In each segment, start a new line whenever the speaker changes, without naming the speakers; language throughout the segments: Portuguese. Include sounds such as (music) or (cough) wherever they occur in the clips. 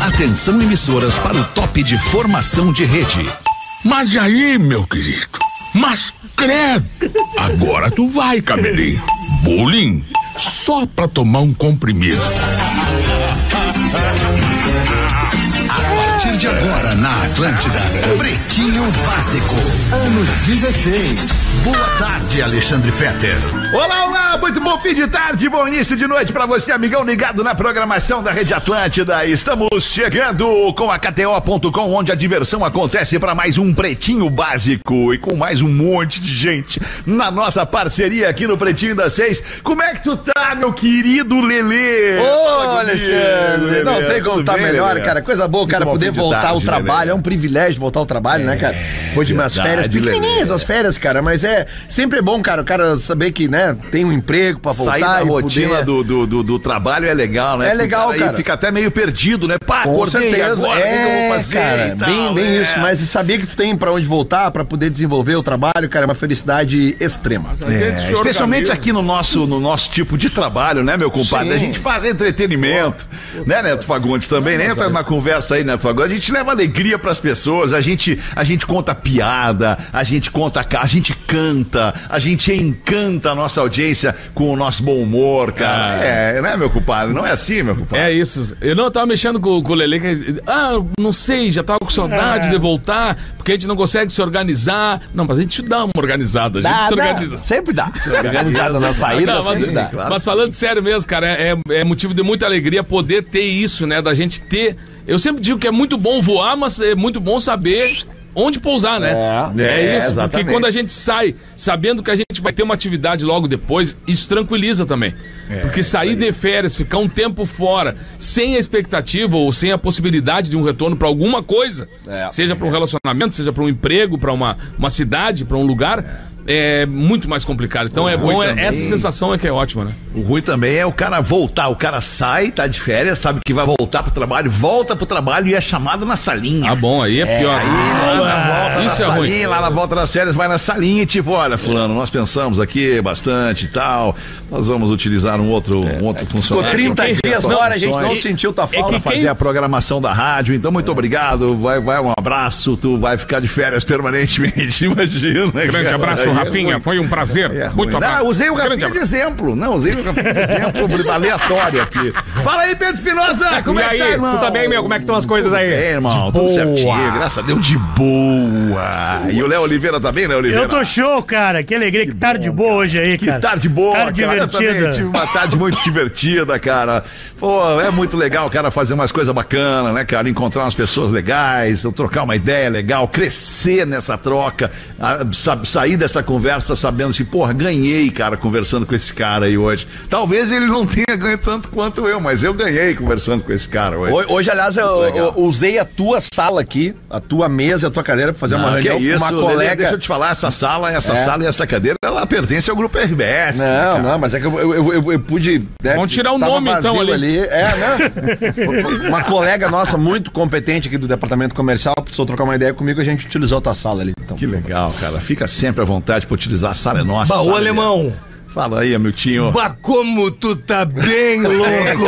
Atenção emissoras para o top de formação de rede.
Mas aí, meu querido, mas credo, agora tu vai, cabelinho. Bullying só pra tomar um comprimido.
A partir de agora na Atlântida, Pretinho Básico, ano 16. Boa tarde, Alexandre Fetter.
Olá, olá, muito bom fim de tarde, bom início de noite pra você, amigão ligado na programação da Rede Atlântida. Estamos chegando com a KTO.com, onde a diversão acontece pra mais um Pretinho Básico e com mais um monte de gente na nossa parceria aqui no Pretinho das Seis. Como é que tu tá, meu querido Lelê?
Ô,
Fala comigo,
Alexandre, não
Lelê.
tem como
Tudo
tá
bem,
melhor,
Lelê?
cara. Coisa boa,
Muito
cara,
bom né,
poder
fim de
voltar ao
tarde,
trabalho.
Lelê.
É um privilégio voltar ao trabalho, né, cara? Foi de umas
É, verdade,
férias pequenininhas,
Lelê.
as férias, cara. Mas é sempre é bom, cara, o cara saber que, né, tem um emprego pra voltar.
Sair da
e
rotina
poder...
do, do, do, do trabalho é legal, né?
É
Porque o
legal,
aí
cara.
fica até meio perdido, né? Pá,
Com
acordei
certeza,
agora, o que que eu
é,
vou fazer?
cara,
e tal,
bem, bem
é.
isso, mas saber que tu tem pra onde voltar, pra poder desenvolver o trabalho, cara, é uma felicidade extrema.
É, especialmente aqui no nosso, no nosso tipo de trabalho, né, meu compadre?
Sim.
A gente faz entretenimento, né, Neto Fagundes também, né? Entra na conversa aí, Neto Fagundes. A gente leva alegria pras pessoas, a gente, a gente conta piada, a gente conta, ca- a gente canta, a gente encanta a nossa audiência com o nosso bom humor, cara. É, né, meu compadre? Não é assim, meu compadre?
É isso. Eu não eu tava mexendo com, com o Lele. que- Ah, não sei, já tava com saudade de voltar, porque a gente não consegue se organizar. Não, mas a gente dá uma organizada, a gente se organiza.
Sempre dá. Se organizada na saída,
Não, mas, é,
sempre dá.
claro.
mas falando sério mesmo, cara, é, é motivo de muita alegria poder ter isso, né? Da gente ter. Eu sempre digo que é muito bom voar, mas é muito bom saber onde pousar, né?
É, é,
isso, porque
exatamente.
quando a gente sai sabendo que a gente vai ter uma atividade logo depois, isso tranquiliza também.
É,
porque sair de férias, ficar um tempo fora, sem a expectativa ou sem a possibilidade de um retorno para alguma coisa,
É.
seja para um relacionamento, seja para um emprego, para uma, uma cidade, para um lugar, é. muito mais complicado. Então é bom, é-
também.
essa sensação é que é ótima, né?
O ruim também é o cara voltar. O cara sai, tá de férias, sabe que vai voltar pro trabalho, volta pro trabalho e é chamado na salinha.
Ah, bom, aí é pior.
Isso
Isso
na
é
salinha,
ruim.
lá na volta das férias, vai na salinha e tipo, olha, fulano, nós pensamos aqui bastante e tal. Nós vamos utilizar um outro, um
É,
outro
Ficou
funcionário.
30
que fez
dias fora, a gente não
funções
sentiu tua falta.
que
Pra fazer
quem-
a programação da rádio, então muito obrigado. Vai, vai um abraço, tu vai ficar de férias permanentemente, (laughs) imagina.
Grande
cara.
abraço,
Aí é
Rafinha. Foi um prazer.
é ruim.
Muito
Não,
abraço.
usei o
Grande
Rafinha de exemplo. Não, usei o Rafinha
(laughs)
de exemplo aleatório aqui. Fala aí, Pedro Espinosa, como
E
é que
aí,
tá, irmão?
tu tá bem, meu? Como é que estão as coisas aí?
Tudo bem, irmão, tudo certinho, graças a Deus, de boa. E o Léo Oliveira tá bem, né, Oliveira?
Eu tô show, cara. Que alegria, que, tarde boa hoje aí,
Que
cara.
tarde boa,
Tarde
cara. Eu também
divertida.
tive uma tarde muito
(laughs)
divertida, cara. Pô, é muito legal, cara, fazer umas coisas bacanas, né, cara? Encontrar umas pessoas legais, trocar uma ideia legal, crescer nessa troca, a- sa- sair dessa conversa sabendo assim, porra, ganhei, cara, conversando com esse cara aí hoje. Talvez ele não tenha ganho tanto quanto eu, mas eu ganhei conversando com esse cara hoje.
Ho- Hoje, aliás, eu,
Muito legal.
eu usei a tua sala aqui, a tua mesa, e a tua cadeira pra fazer uma
Não, Ah, que é
reunião
isso,
com uma
Lelê,
colega.
Deixa eu te falar, essa sala, essa
É.
sala e essa cadeira, ela pertence ao grupo RBS. né,
Não,
cara?
não, mas é que eu, eu- eu- eu- eu pude. né,
Vamos tirar o
tava
nome, então,
vazio
ali.
É,
(laughs)
né? Uma colega nossa muito competente aqui do departamento comercial precisou trocar uma ideia comigo, a gente utilizou a tua sala ali. Então,
Que legal, cara. Fica sempre à vontade pra utilizar a sala é nossa.
Tá
Bah, ô
Fala aí.
alemão,
Fala aí, Amiltinho.
bah, como tu tá
(laughs)
bem louco!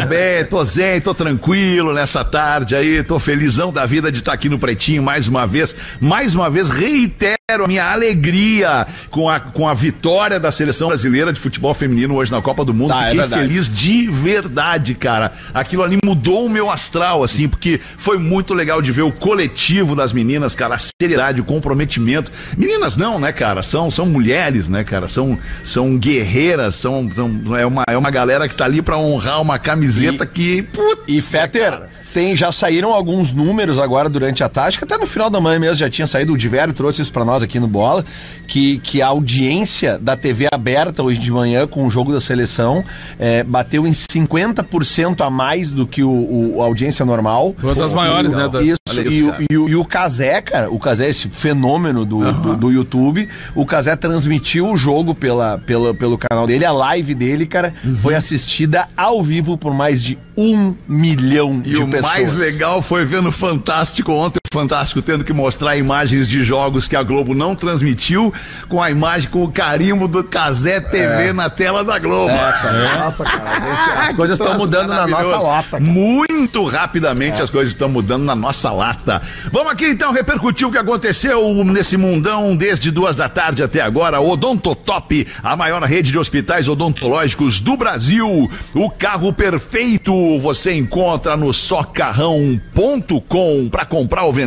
Tô bem, tô zen, tô tranquilo nessa tarde aí, tô felizão da vida de estar aqui no Pretinho mais uma vez. Mais uma vez, reitero a minha alegria com a, com a vitória da seleção brasileira de futebol feminino hoje na Copa do Mundo.
Tá, é
Fiquei
verdade.
feliz de verdade, cara. Aquilo ali mudou o meu astral, assim, porque foi muito legal de ver o coletivo das meninas, cara, a seriedade, o comprometimento. Meninas não, né, cara? São, são mulheres, né, cara? São, são guerreiras, são, são- é, uma, é uma galera que tá ali pra honrar uma camiseta que. Puta,
E Fetter, tem, já saíram alguns números agora durante a tática, até no final da manhã mesmo já tinha saído, o Diverio trouxe isso pra nós aqui no Bola, que, que a audiência da TV aberta hoje de manhã com o jogo da seleção é, bateu em 50% a mais do que o, o- a audiência normal.
Foi uma das maiores, né? da-
Isso,
Olha isso,
e, o-
cara.
e o- e o Kazé, cara, o Kazé, esse fenômeno do, do, do YouTube, o Kazé transmitiu o jogo pela, pela, pelo canal dele, a live dele, cara,
Uhum.
foi assistida ao vivo por mais de um milhão
E
de
o
pessoas.
mais legal foi ver no Fantástico ontem Fantástico tendo que mostrar imagens de jogos que a Globo não transmitiu com a imagem, com o carimbo do Casé TV
É.
na tela da Globo.
Nossa, cara. a gente- as coisas
Troço
estão mudando na
maravilhoso.
nossa lata. É.
Muito rapidamente as coisas estão mudando na nossa lata. Vamos aqui então repercutir o que aconteceu nesse mundão desde duas da tarde até agora. Odontotop, a maior rede de hospitais odontológicos do Brasil. O carro perfeito você encontra no socarrão.com. Para comprar ou vender,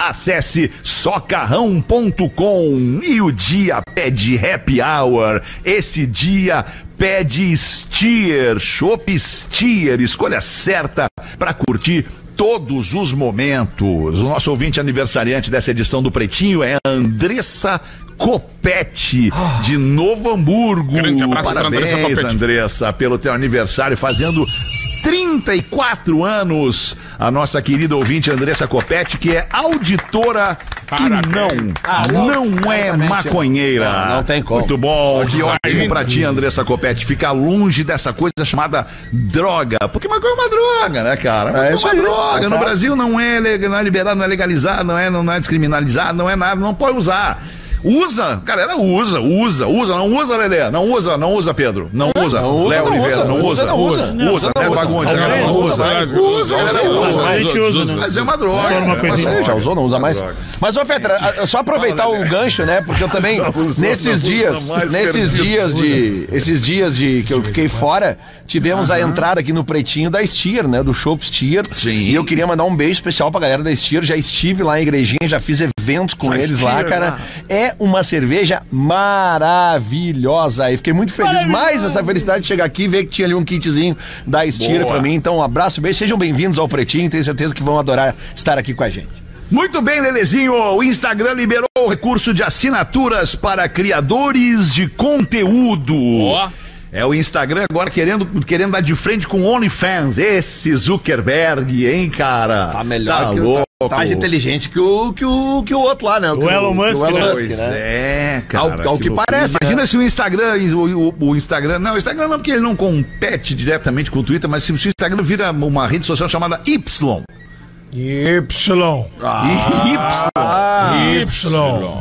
acesse socarrão.com. E o dia pede happy hour. Esse dia Pede Steer, Shop Steer, escolha certa para curtir todos os momentos. O nosso ouvinte aniversariante dessa edição do Pretinho é a Andressa Copete, de Novo Hamburgo.
Ah. Grande abraço pra
Parabéns,
Andressa Copete.
Andressa, pelo teu aniversário, fazendo 34 anos. A nossa querida ouvinte Andressa Copete, que é auditora
Parabéns.
e não, não é maconheira.
Ah, Não, não tem como.
Muito bom, que
vai.
ótimo pra ti, Andressa Copete, ficar longe dessa coisa chamada droga. Porque maconha é uma droga, né, cara? Maconha É,
isso
uma
aí,
droga.
é
no
fato.
Brasil não é, leg- não é liberado, não é legalizado, não é, não é descriminalizado, não é nada, não pode usar. Usa, galera, usa, usa, usa, não usa, Lelê, não usa, não usa, Pedro, não usa,
não usa,
Léo
não
Oliveira,
usa,
não
não
usa,
usa, não usa.
usa, usa,
Não
Léo
usa. É
Fagundes,
Não,
galera,
não
usa,
usa,
É
usa, galera,
usa,
usa,
A gente
usa,
usa,
usa.
né?
mas é uma droga.
Só uma coisinha.
É uma
já usou, não usa mais.
droga.
Mas, ô Fetra, a- a- só aproveitar o gancho, né? Porque
(laughs)
eu também,
usou, não
nesses
usa
dias,
mais,
nesses
perdido,
dias de. Esses dias de que eu fiquei fora, tivemos a entrada aqui no pretinho da Steer, né? Do Shop Steer.
Sim.
E eu queria mandar um beijo especial pra galera da Steer. Já estive lá em igrejinha, já fiz eventos com eles lá,
Steer,
cara.
lá.
É uma cerveja maravilhosa. E fiquei muito feliz. Mais essa felicidade de chegar aqui e ver que tinha ali um kitzinho da Steer
Boa.
pra mim. Então, um abraço, beijo. Sejam bem-vindos ao Pretinho. Tenho certeza que vão adorar estar aqui com a gente.
Muito bem, Lelezinho. O Instagram liberou o recurso de assinaturas para criadores de conteúdo.
Ó.
É o Instagram agora querendo, querendo dar de frente com o OnlyFans. Esse Zuckerberg, hein, cara?
Tá melhor
tá
que o-
louco.
Tá mais inteligente que o, que o, que o outro lá, né? Que
O Elon
que
Musk, né?
Pois é, cara.
Ao- ao que
loucura.
parece, né?
Imagina se o Instagram, o, o- o Instagram. Não, o Instagram não, porque ele não compete diretamente com o Twitter, mas se o Instagram vira uma rede social chamada Y.
Y. Y.
Ah,
Ah.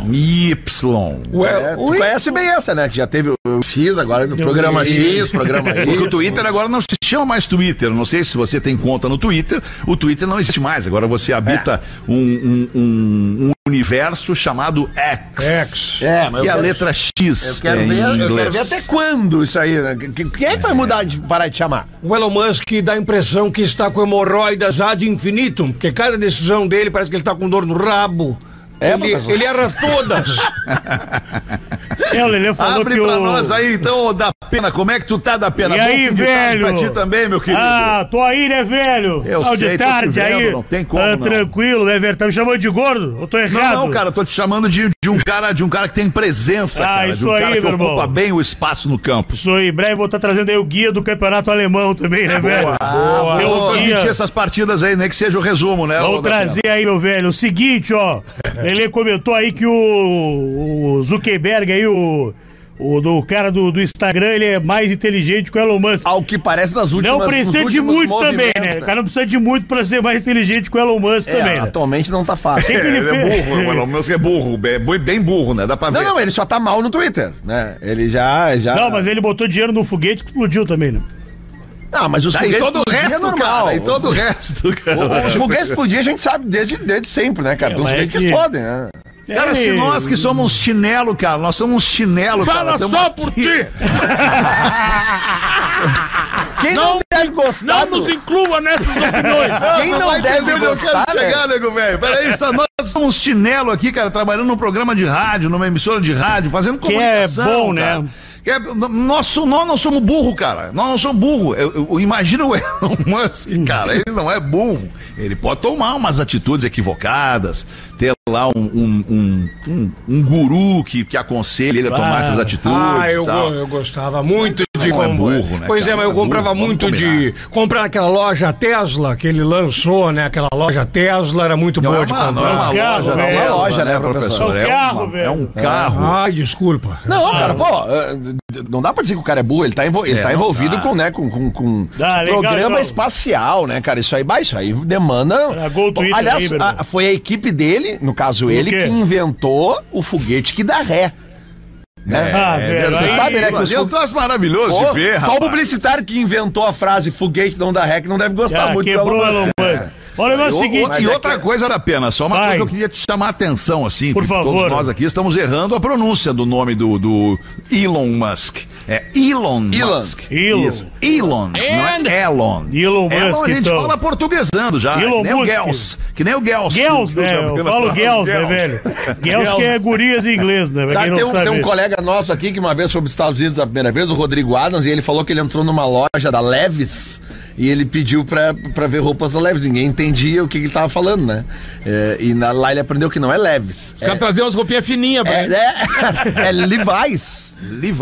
Y. Y.
O El-
É,
tu conhece bem essa, né? Que já teve o- o X agora, o programa X,
(laughs)
programa
Porque o
Y.
Twitter agora não se chama mais Twitter. Não sei se você tem conta no Twitter. O Twitter não existe mais. Agora você habita
É.
um, um- um- um universo chamado X.
X.
É, mas
E
eu
a
quero-
letra X
Eu quero,
em
ver, eu quero
inglês.
ver até quando isso aí, né? Que- Quem é que vai mudar de parar de chamar?
O Elon Musk dá a impressão que está com hemorroidas ad infinitum, porque cada decisão dele parece que ele está com dor no rabo.
É,
ele,
professor?
ele erra
(laughs)
todas.
É, o Lelê falou
Abre
que
pra
o...
nós aí, então, ô, da pena. Como é que tu tá da pena?
E
Bom
aí,
fim de tarde
velho?
Pra ti também, meu querido.
Ah, tô aí, né, velho?
Eu
Final
sei,
de
tô
tarde
te vendo,
aí.
não tem como,
Ah,
não.
Tranquilo, né, velho? Tá me chamando de gordo? Eu tô errado.
Não, não, cara, eu tô te chamando de, de um cara, de um cara que tem presença,
Ah,
cara, de
isso
um
aí,
cara que
meu irmão.
ocupa bem o espaço no campo.
Isso aí, em breve vou estar trazendo aí o guia do campeonato alemão também, né, velho?
boa.
Eu
Ah, Vamos
queria-
transmitir essas partidas aí, nem que seja o resumo, né? ô,
Vamos
da Pena?
trazer aí, meu velho. O seguinte, ó. Ele comentou aí que o, o Zuckerberg aí, o, o do cara do, do Instagram, ele é mais inteligente que o Elon Musk.
Ao que parece nas últimas
Não precisa
nos
de
últimos
muito também,
movimentos,
né? O cara não precisa de muito pra ser mais inteligente que o Elon Musk
É,
também. né?
atualmente não tá
Quem
fácil.
que
É,
ele
ele é (laughs)
fez?
burro, o Elon Musk é burro, é bu- bem burro, né? Dá pra ver.
Não, não, ele só tá mal no Twitter, né? Ele já. já...
Não, mas ele botou dinheiro no foguete que explodiu também, né?
Ah, mas os
Tá, e
foguetes
todo o
explodir
resto,
é normal.
cara, e todo o resto, cara.
Os foguetes explodir a gente sabe desde, desde sempre, né, cara? Tem uns
mas é
foguetes que
que-
explodem, né?
Cara, se
Ele-
nós que somos chinelo, cara, nós somos chinelo, cara.
Fala
tamo-
só por ti!
Quem não,
Não-
deve gostar
Não
do-
nos inclua nessas opiniões!
Quem não,
vai entender
deve
onde eu quero
gostar, né?
chegar, nego velho. Peraí, só nós somos chinelo aqui, cara, trabalhando num programa de rádio, numa emissora de rádio, fazendo
é
comunicação.
bom, né?
cara. Que é- nós, so- nós não somos burro, cara. Nós não somos burro. Eu, eu- eu imagino o Elon (laughs) Musk, cara. Ele não é burro. Ele pode tomar umas atitudes equivocadas, ter lá um, um, um, um- um guru que, que aconselha ele a tomar essas atitudes.
ah,
e
eu,
tal.
go- eu gostava muito de
Não é
como-
burro, né,
Pois
cara?
é, mas eu
Não é
comprava
burro,
muito
vamos
de. Comprar naquela loja Tesla que ele lançou, né? Aquela loja Tesla era muito
Não é
boa de
uma, não é
comprar.
uma
Carro,
loja, não é uma
velho.
loja, né, professor?
É um
É,
carro,
uma-
velho.
é um carro.
Ai, desculpa.
Não,
Ah.
cara, pô, eh, não dá pra dizer que o cara é burro, ele tá, envol- ele
É,
tá
não
envolvido
dá.
com, né, com, com, com
Dá, legal,
programa
legal. É,
espacial, né, cara? Isso aí, bah, isso aí demanda.
Tragou o
Pô,
Twitter
Aliás,
aí, Bertão.
a- foi a equipe dele, no caso ele,
quê?
que inventou o foguete que dá ré. Né?
Ah, velho.
Você
aí-
sabe, né, que
Mas
os
é um
fu-
troço maravilhoso
Pô,
de ver,
Só o
rapaz.
publicitário que inventou a frase foguete não dá ré, que não deve gostar
Ah,
tá muito do
quebrou o
Elon
Elon
Musk.
Musk. Olha o negócio
O-
seguinte.
o- E outra coisa era pena, só uma
Vai.
coisa que eu queria te chamar a atenção, assim,
Por
porque
favor.
todos nós aqui estamos errando a pronúncia do nome do, do Elon Musk. É Elon,
Elon.
Musk.
Elon.
Isso. Elon, não é Elon.
Elon Musk,
a gente
então.
fala portuguesando já,
Elon
que nem
Musk.
o Gels. Que nem o Gels.
Gels, né? Eu falo Gels, né, velho? Gels que é gurias em inglês, né? Pra
Sabe,
quem não
tem um, tem um
sabe.
colega nosso aqui que uma vez foi para os Estados Unidos a primeira vez, o Rodrigo Adams, e ele falou que ele entrou numa loja da Levis e ele pediu pra, pra ver roupas da Levis. Ninguém entendia o que, que ele tava falando, né? É, e na- lá ele aprendeu que não é Levis.
Os caras traziam umas roupinhas fininhas pra
É,
ele.
(laughs) é, é Levi's.
Levi's.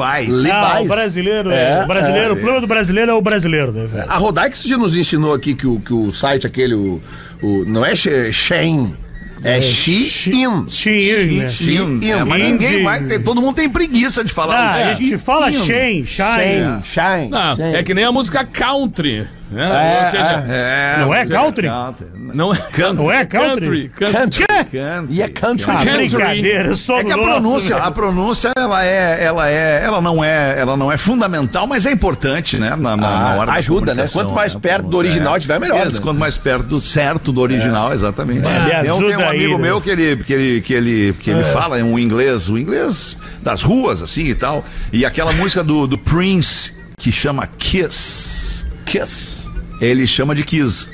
Ah, o
Levi's.
brasileiro,
É,
é, o brasileiro, o problema do brasileiro é o brasileiro, né, velho?
A Rodaica esse dia nos ensinou aqui que o, que o site aquele, o, o- não é She- Shein, é Shein.
Shein, né?
Sim,
Elon.
é, mas ninguém
Elon.
vai ter, todo mundo tem preguiça de falar.
Ah,
o-
a gente fala Ah, Shein, Shein.
Shein.
Não,
Shein.
é que nem a música country, né?
É,
Ou seja,
É,
Não é
mas
country?
não é
Não é country?
country. country.
Country.
Country.
E é country.
Ah,
Country.
brincadeira, só
É que a
grosso,
né?
pronúncia,
velho.
a pronúncia, ela é, ela é, ela não é, ela não é fundamental, mas é importante, né? Na, na, na
Ah,
hora da
ajuda, né?
comunicação,
Quanto mais
né?
perto do
Pronúncia,
original tiver, melhor,
Isso,
né? É.
Quanto mais perto do certo do original, exatamente.
me
Tem um-
ajuda
tem um amigo
aí, né?
meu que ele, que ele, que ele, que ele
É.
fala um inglês, um inglês das ruas, assim e tal. E aquela música do, do Prince que chama Kiss,
Kiss.
ele chama de Kiss,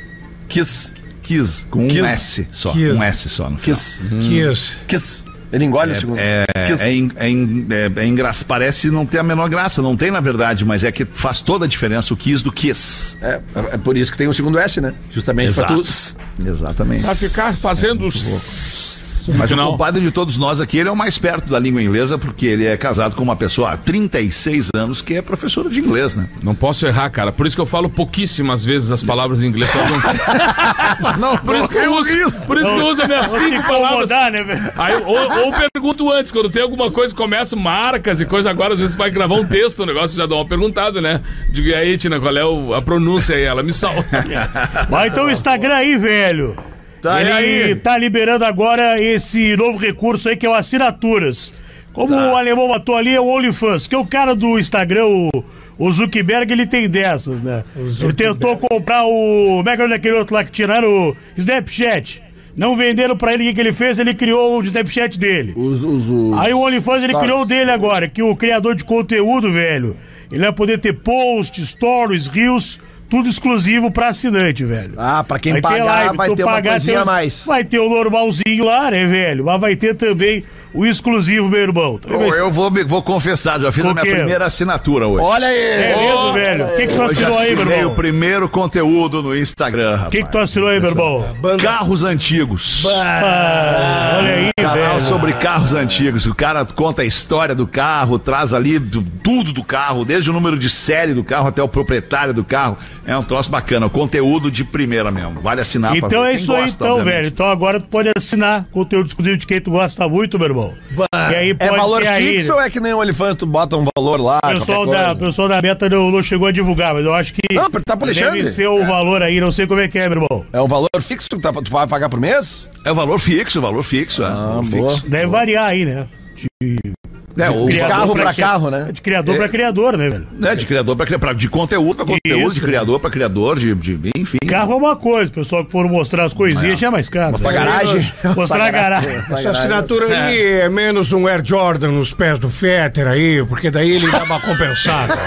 Kiss.
Kiss com um
Kiss.
S só,
Kiss.
um S só no final.
Kiss.
Que isso.
Kiss. Ele engole o segundo. Kiss.
É, en- é en- é- é engraçado. Parece não ter a menor graça. Não tem, na verdade, mas é que faz toda a diferença o Kiss do Kiss.
É, é por isso que tem o segundo S, né? Justamente pra tu.
Exatamente.
Pra ficar fazendo...
Mas o
Não.
compadre de todos nós aqui, ele é o mais perto da língua inglesa, porque ele é casado com uma pessoa há 36 anos que é professora de inglês, né?
Não posso errar, cara. Por isso que eu falo pouquíssimas vezes as palavras em inglês. pra Não... não, por isso que eu uso, por isso que eu uso as minhas
Vou se
cinco palavras.
incomodar, né, velho?
Aí, ou, ou pergunto antes, quando tem alguma coisa, começo marcas e coisa. Agora, às vezes, tu vai gravar um texto, o negócio já dá uma perguntada, né? Digo, e aí, Tina, qual é o- a pronúncia aí? Ela me salva.
Vai então o Instagram aí, velho.
Tá
Ele
aí.
tá liberando agora esse novo recurso aí que é o assinaturas. Como
Tá.
o alemão matou ali é o OnlyFans, que é o cara do Instagram, o, o Zuckerberg, ele tem dessas, né? Ele tentou comprar o. Como é que era aquele outro lá que tiraram o Snapchat? Não venderam pra ele o que que ele fez, ele criou o Snapchat dele.
Os, os, os...
Aí o OnlyFans ele
Stories.
criou o
Tá.
dele agora, que o criador de conteúdo, velho, ele vai poder ter posts, stories, reels, tudo exclusivo pra assinante, velho.
Ah, pra quem
Vai
pagar,
live,
vai
tu
ter uma coisinha
tem- um
a mais.
Vai ter o normalzinho lá, né, velho? Mas vai ter também o exclusivo, meu irmão. Tá Também vai-
Eu, eu vou, me- vou confessar, já fiz
O
a minha
quê?
primeira assinatura hoje.
Olha aí!
É mesmo,
Oh,
velho? O que, que tu
Hoje
assinou aí, meu
assinei
irmão?
o primeiro conteúdo no Instagram,
O que, que tu assinou aí, meu irmão?
Hum. Carros antigos.
Ah, olha aí,
Canal
velho.
sobre carros antigos. O cara conta a história do carro, traz ali do- tudo do carro, desde o número de série do carro até o proprietário do carro. É um troço bacana, o conteúdo de primeira mesmo. Vale assinar pra
Então
ver.
é
Quem
isso aí,
gosta,
então,
obviamente.
velho. Então agora tu pode assinar conteúdo exclusivo de quem tu gosta muito, meu irmão. E aí
É
pode
valor
ter aí,
fixo ou é que nem o OnlyFans, tu bota um valor lá?
O pessoal,
qualquer
da,
coisa?
pessoal da Beta não, não chegou a divulgar, mas eu acho que
Não, tá pro Alexandre.
deve ser o valor aí, não sei como é que é, meu irmão.
É um valor fixo que tá- tu vai pagar por mês?
É o valor fixo, o valor fixo. é, valor
boa.
fixo.
Deve variar aí, né?
É, o
Criador
valor
carro pra
cri-
carro, né?
De criador pra criador, né, velho?
né, de criador para criador, de conteúdo para conteúdo,
Isso,
de
né?
criador para criador, de, de- enfim.
Carro é uma coisa, o pessoal que for mostrar as coisinhas já é mais caro.
Mostrar a
né?
garagem.
(laughs)
(laughs)
Mostrar a garagem.
Essa assinatura aí é menos um Air Jordan nos pés do Fetter aí, porque daí ele dá uma (laughs) compensada.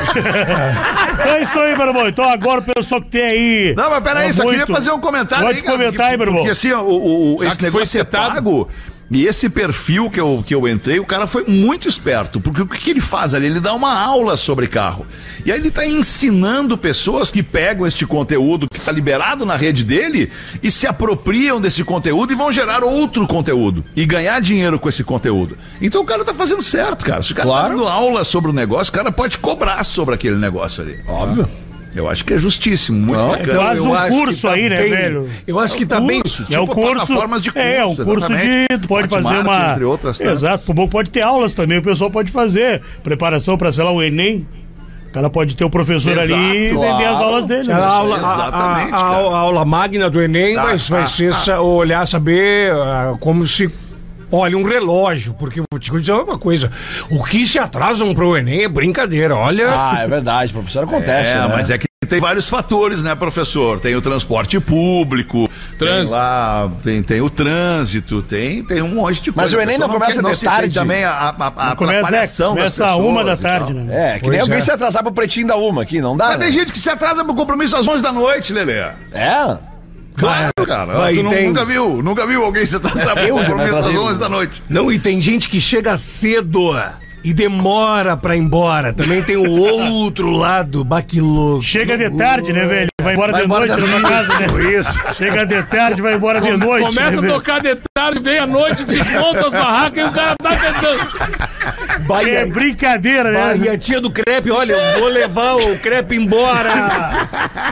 Então é isso aí, meu irmão. Então agora o pessoal que tem aí.
Não, mas peraí,
É
só queria
muito.
fazer um comentário
Pode
aí, cara,
comentar aí, meu
porque,
irmão.
porque assim, ó, o, o-
Já
esse
que foi
negócio é
citado.
pago. E esse perfil que eu, que eu entrei, o cara foi muito esperto, porque o que, que ele faz ali? Ele dá uma aula sobre carro. E aí ele está ensinando pessoas que pegam este conteúdo que está liberado na rede dele e se apropriam desse conteúdo e vão gerar outro conteúdo e ganhar dinheiro com esse conteúdo. Então o cara tá fazendo certo, cara. Se o cara tá dando aula sobre o negócio, o cara pode cobrar sobre aquele negócio ali. Óbvio. Eu acho que é justíssimo, muito bacana.
então
Faz
Eu
um
acho que tá
curso aí, né,
bem-
velho?
Eu acho que tá bem.
é o
tipo
curso.
plataformas de
é, é um
curso,
curso de.
exatamente.
Tu pode fazer
Hotmart,
uma.
entre outras tantas.
Exato, por bom pode ter aulas também, o pessoal pode fazer. Preparação para, sei lá, o Enem. O cara pode ter o professor
Exato,
ali e vender as aulas dele.
A
né?
aula, a, a-
Exatamente,
a- a
cara.
aula magna do Enem
Tá,
vai, vai
tá,
ser sa- olhar, saber ah, como se olha um relógio, porque vou te dizer uma coisa: o que se atrasam pro Enem é brincadeira, olha.
Ah, é verdade, professor, acontece.
É,
né?
mas é que tem vários fatores, né, professor? Tem o transporte público,
Trânsito.
tem lá, tem, tem o trânsito, tem, tem um monte de coisa.
Mas o Enem não
Só
começa
tem-
de
se tem
tarde.
também a, a, a a
Começa, é,
atrapalhação das
começa a uma da
pessoas e tal.
tarde, né?
É, que
Pois
nem alguém
é.
se atrasar pro pretinho da uma aqui, não dá?
Mas
né?
tem gente que se atrasa pro compromisso às 11 da noite, Lelê.
É?
Claro, cara.
mas
tu nu-
tem-
nunca viu, nunca viu alguém se atrasar pro
Eu né, já me
compromisso às
atrasei.
11 da noite.
Não, e tem gente que chega cedo e demora pra ir embora. Também tem o (laughs) outro lado, baquiloco.
Chega de tarde, né, velho? Vai embora de noite na tua casa, né? Isso. Chega de tarde, vai embora (laughs) de noite.
Começa a
né,
tocar de tarde, vem à noite, desmonta as barracas e o cara tá tentando.
velho? É
Bahia,
brincadeira,
Bahia,
né?
a tia do crepe, olha, eu vou levar o crepe embora.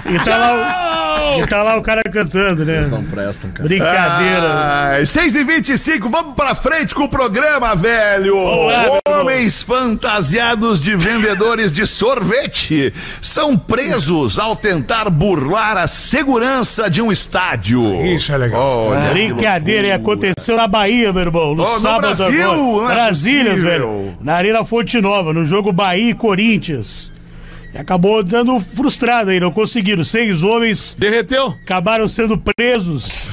E tá lá, o- e tá lá o cara cantando, né?
Não prestam, cara.
Brincadeira. né?
Ai, 6 e 25 vamos pra frente com o programa, velho!
lá,
Homens fantasiados de vendedores de sorvete são presos ao tentar burlar a segurança de um estádio.
Isso é legal.
Olha que
Brincadeira, é e aconteceu na Bahia, meu irmão. No
Oh, no
sábado
Brasil, não
agora.
é
Brasília,
possível.
velho. Na Arena Fonte Nova, no jogo Bahia e Corinthians. E acabou dando frustrado aí, não conseguiram. Seis homens
Derreteu?
acabaram sendo
(laughs)
presos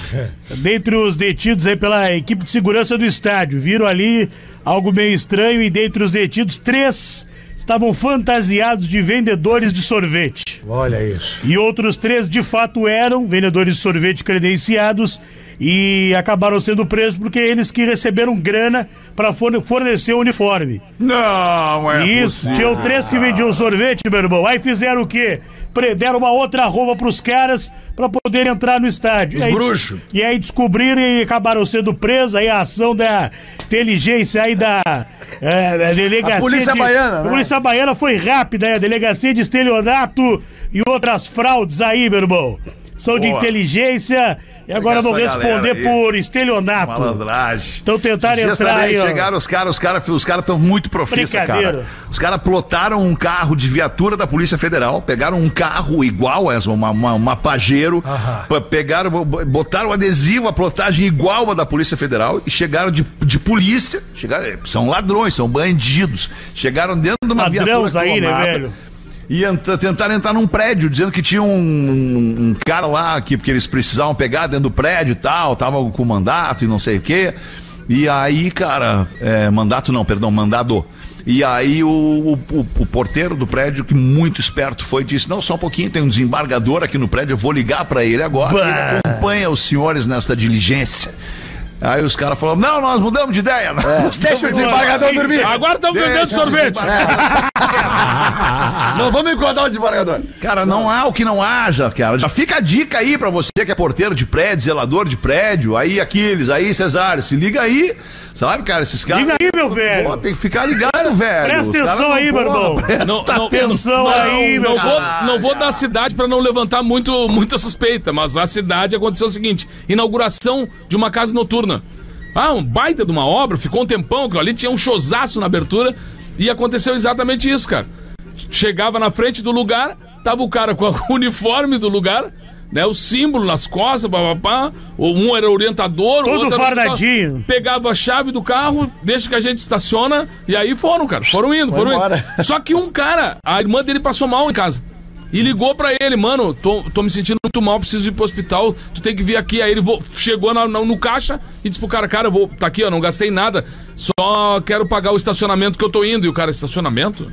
dentre os detidos aí pela equipe de segurança do estádio. Viram ali algo meio estranho e dentre os detidos, três estavam fantasiados de vendedores de sorvete.
Olha isso.
E outros três, de fato, eram vendedores de sorvete credenciados e acabaram sendo presos porque eles que receberam grana para fornecer o uniforme.
Não, é
Isso,
possível.
tinham três que vendiam sorvete, meu irmão. Aí fizeram o quê? Prenderam uma outra roupa pros caras pra poder entrar no estádio. Os
bruxos.
E aí descobriram e acabaram sendo presos. Aí a ação da inteligência aí da eh, da delegacia.
A polícia
de-
baiana, né?
A polícia baiana foi rápida, aí a delegacia de estelionato e outras fraudes aí, meu irmão. São de
Boa.
inteligência e agora
essa
vão responder
galera aí.
por estelionato.
Malandragem.
Então tentaram
Esses dias
entrar
também
aí, ó.
Chegaram os caras, os caras os cara estão muito profissa,
Brincadeira.
cara. Os caras plotaram um carro de viatura da Polícia Federal, pegaram um carro igual, a essa, uma, uma, uma Pajero, pa- pegaram, bo- botaram adesivo, a plotagem igual a da Polícia Federal e chegaram de, de polícia, chegaram, é, são ladrões, são bandidos. Chegaram dentro de uma
Ladrões
viatura
aí, né,
clonada
velho?
e entra, tentaram entrar num prédio, dizendo que tinha um, um- um cara lá que porque eles precisavam pegar dentro do prédio e tal, tava com mandato e não sei o quê. E aí, cara, é, mandato não, perdão, mandado. E aí o, o- o- o porteiro do prédio, que muito esperto foi, disse: Não, só um pouquinho, tem um desembargador aqui no prédio, eu vou ligar pra ele agora. Ele acompanha os senhores nesta diligência. Aí os caras falaram: Não, nós mudamos de ideia. Nós
É. Deixa o
Então,
estamos-
desembargador
assim,
dormir.
Agora estão vendendo sorvete.
Não vamos incomodar o desembargador.
Cara, não há o que não haja, cara. Já fica a dica aí pra você que é porteiro de prédio, zelador de prédio, aí Aquiles, aí Cesário, se liga aí, sabe, cara, esses caras...
Liga aí, meu velho.
Pô, tem que ficar ligado, velho.
Presta
Os caras
atenção
não-
aí, meu
Pô, (laughs)
irmão.
Presta
Não, não,
atenção
não,
aí, meu
não vou,
cara.
não vou dar a cidade pra não levantar muito, muita suspeita, mas a cidade aconteceu o seguinte: inauguração de uma casa noturna. Ah, um baita de uma obra, ficou um tempão, aquilo ali tinha um chosaço na abertura e aconteceu exatamente isso, cara. Chegava na frente do lugar, tava o cara com o (laughs) uniforme do lugar, né, o símbolo nas costas, papapá, um era orientador, o
Todo
outro era-
fardadinho.
pegava a chave do carro, deixa que a gente estaciona, e aí foram, cara. Foram indo, foram
embora.
indo. Só que um cara, a irmã dele passou mal em casa. E ligou pra ele, mano, tô, tô me sentindo muito mal, preciso ir pro hospital, tu tem que vir aqui. Aí ele vo- chegou na- na- no caixa e disse pro cara, cara, eu vou, tá aqui, ó, não gastei nada, só quero pagar o estacionamento que eu tô indo. E o cara, estacionamento?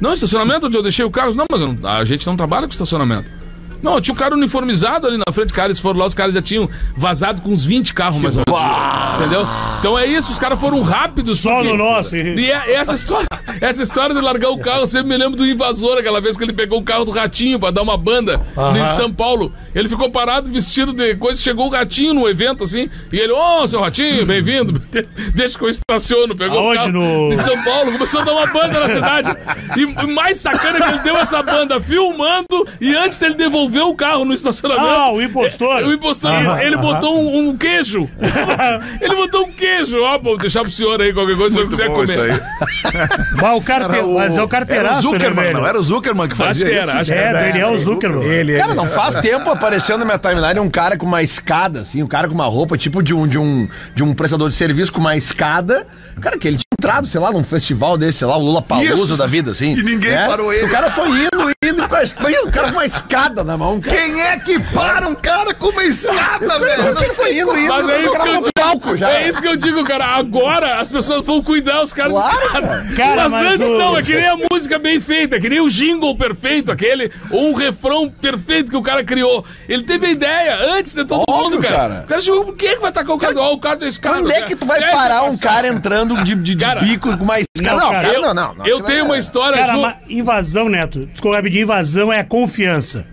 Não, estacionamento onde eu deixei o carro. Não, mas eu não- a gente não trabalha com estacionamento. Não, tinha um cara uniformizado ali na frente, cara. Eles foram lá, os caras já tinham vazado com uns 20 carros, mais ou menos. Entendeu? Então é isso, os caras foram rápidos.
Só
porque-
no nosso.
E é- essa história, essa história de largar o carro, eu sempre me lembro do invasor, aquela vez que ele pegou o carro do ratinho pra dar uma banda em São Paulo. Ele ficou parado, vestido de coisa, chegou o ratinho no evento, assim, e ele, ô, seu ratinho, bem-vindo, (laughs) deixa que eu estaciono, pegou
Aonde?
o carro
No-
em São Paulo, começou a dar uma banda na cidade. E o mais sacana é que ele deu essa banda filmando e antes dele devolver o carro no estacionamento.
Ah, o impostor.
É,
Ah.
O impostor, ele, ele botou um, um queijo. ele botou um queijo. Ó, vou deixar pro senhor aí qualquer coisa se eu
Muito
quiser
bom
comer.
isso aí.
Mas, o carte...
Era
Mas é o
Era o
carteiraço, né,
Zuckerman,
velho?
não era o Zuckerman que
Acho
fazia
que
isso?
era, acho que
É,
era.
Daniel é, Zuckerman.
Ele,
Cara, não faz tempo apareceu na minha timeline um cara com uma escada, assim, um cara com uma roupa tipo de um, de um, de um prestador de serviço com uma escada. Cara, que ele tinha entrado, sei lá, num festival desse, sei lá, o Lula Paluso
Isso.
da vida, assim.
E ninguém parou ele.
O cara foi indo, indo, com a, es- imagina, o cara com uma escada na mão. Cara.
Quem é que para um cara com uma
(laughs)
escada, velho?
Mas ele foi indo, indo,
Mas
o
é isso
cara
que eu digo.
foi pro palco já.
É isso que eu digo, cara. Agora as pessoas vão cuidar os caras
Claro,
dos
cara.
caras.
Cara,
mas,
mas
antes
o-
não, é que nem a música bem feita, é que nem o jingle perfeito, aquele, ou um refrão perfeito que o cara criou. Ele teve a ideia antes de todo
Óbvio,
mundo, cara.
cara.
O cara chegou, por que, que vai tacar o cara do ó, o cara desse cara?
Quando é que tu vai
Deixa
parar um
passar.
cara entrando de, de- de
Cara,
bico com uma escada?
não,
Não,
cara,
cara,
Eu,
não, não, é- não.
eu tenho uma história,
é
Cara,
Ju.
mas invasão, Neto, desculpa rapidinho, invasão é a confiança.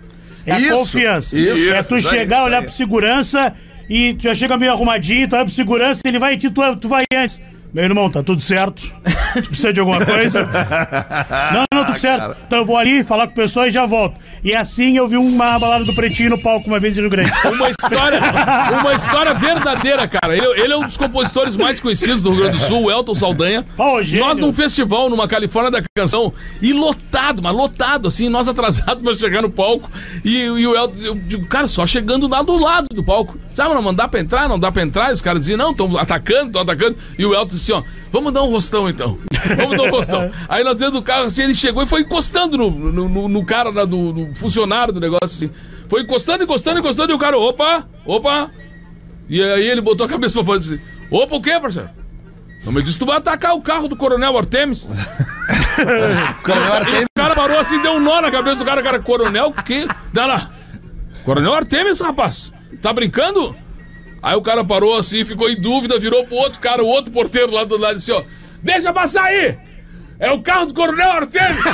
É a
Isso,
confiança.
isso.
é tu
Isso aí,
chegar,
isso
olhar
aí.
pro segurança e tu já chega meio arrumadinho, tu olha pro segurança, ele vai e te- tu, tu vai antes. Meu irmão, tá tudo certo? Tu precisa de alguma
(laughs)
coisa? Não, não, tudo certo. Então eu vou ali falar com o pessoal e já volto. E assim eu vi uma balada do Pretinho no palco uma vez em
(laughs)
Rio Grande.
Uma história, uma história verdadeira, cara. Ele, ele é um dos compositores mais conhecidos do Rio Grande do Sul, o Elton Saldanha.
Pá, ô, gênio.
Nós num festival, numa Califórnia da Canção, e lotado, mas lotado, assim, nós atrasados (laughs) pra chegar no palco. E, e o Elton, eu digo, cara, só chegando lá do lado do palco. Sabe, não, não dá pra entrar, não dá pra entrar. E os caras diziam, não, estão atacando, estão atacando. E o Elton disse, ó, vamos dar um rostão então. (laughs) Vamos dar um rostão. Aí nós dentro do carro, assim, ele chegou e foi encostando no, no, no- no cara, né, do, do funcionário do negócio, assim. Foi encostando, encostando, encostando, e o cara, opa, opa. E aí ele botou a cabeça pra fora e disse, opa, o quê, parceiro? Não me disse, tu vai atacar o carro do Coronel
(laughs)
Artemis? E o cara parou assim, deu um nó na cabeça do cara, cara, coronel, que. Dá lá. Coronel Artemis, rapaz. Tá brincando? Aí o cara parou assim, ficou em dúvida, virou pro outro cara, o outro porteiro lá do lado, e disse, ó, deixa passar aí! É o carro do Coronel
(laughs)
Artemis!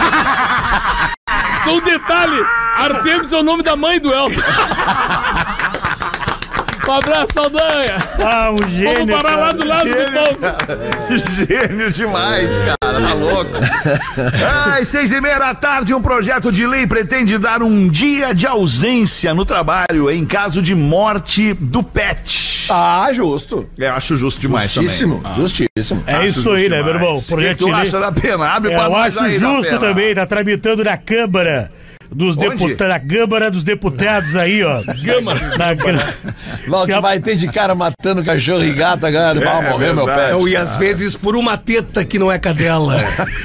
Só um detalhe, Artemis é o nome da mãe do
(laughs)
Elton. Um abraço, Saldanha!
Ah, um gênio.
Vamos parar
cara.
lá do lado então. do
então?
Gênio,
palco!
cara. Gênio demais, cara. Tá louco. (laughs) Ai, seis e meia da tarde, um projeto de lei pretende dar um dia de ausência no trabalho em caso de morte do pet.
Ah, justo.
Eu acho justo demais
Justíssimo,
ah.
justíssimo.
É isso aí, né, meu irmão?
Projeto que
Projeto
tu
de lei. É,
acha da pena? Abre pra
Eu
nós
acho
aí, da
justo
pena.
também, tá tramitando na Câmara dos
Onde?
deputados, na Câmara dos Deputados aí, ó.
Câmara.
Na Câmara.
Val,
Se
que
a-
vai ter de cara matando cachorro e gato agora. Vai morrer, meu
verdade.
pé.
É, e às vezes por uma teta que não é cadela.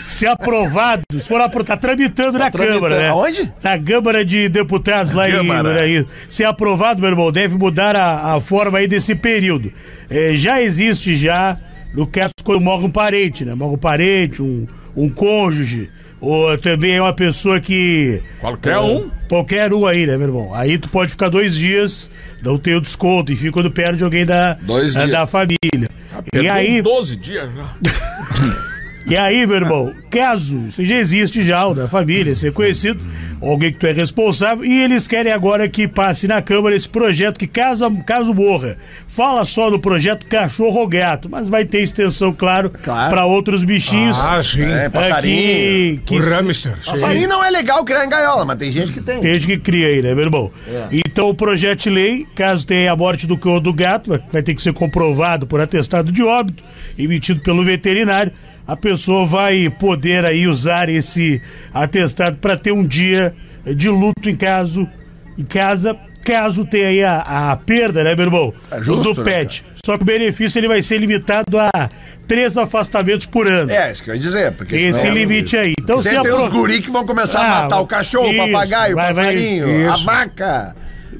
Se aprovado, se for apro... tá tramitando na
tramitando.
Câmara, né?
Aonde?
Na Câmara de Deputados lá em
Câmara.
Itaí. Se é aprovado, meu irmão, deve mudar a, a forma aí desse período. Eh, já existe já no caso quando morre um parente, né? Morre um parente, um, um cônjuge, ou também é uma pessoa que...
Qualquer um.
É. Qualquer um aí, né, meu irmão? Aí tu pode ficar dois dias, não tem o desconto, enfim, quando perde alguém da,
Dois
da,
dias.
da família. e
Tá
Perdeu
aí,
12 dias já.
e aí, meu irmão, caso isso já existe já, o da família, ser conhecido, alguém que tu é responsável, e eles querem agora que passe na Câmara esse projeto que caso, caso morra, fala só no projeto cachorro ou gato, mas vai ter extensão, claro,
Claro.
para outros bichinhos.
Ah, sim.
É,
é, que,
passarinho.
que
o hamster. sim.
Passarinho não é legal criar em gaiola, mas tem gente que tem.
Desde que cria aí, né, meu irmão?
É.
Então, o projeto de lei, caso tenha a morte do cão ou do gato, vai, vai ter que ser comprovado por atestado de óbito, emitido pelo veterinário. A pessoa vai poder aí usar esse atestado para ter um dia de luto em caso, em casa, caso tenha aí a, a perda, né, meu irmão?
É justo,
do
né,
pet. Só que o benefício ele vai ser limitado a três afastamentos por ano.
É, isso que eu ia dizer. Porque
Esse
senão-
limite aí. Então,
Sempre tem
apro-
os guri que vão começar a
Ah,
matar o cachorro,
isso,
o papagaio,
vai,
o
vai,
passarinho, a
isso.
vaca.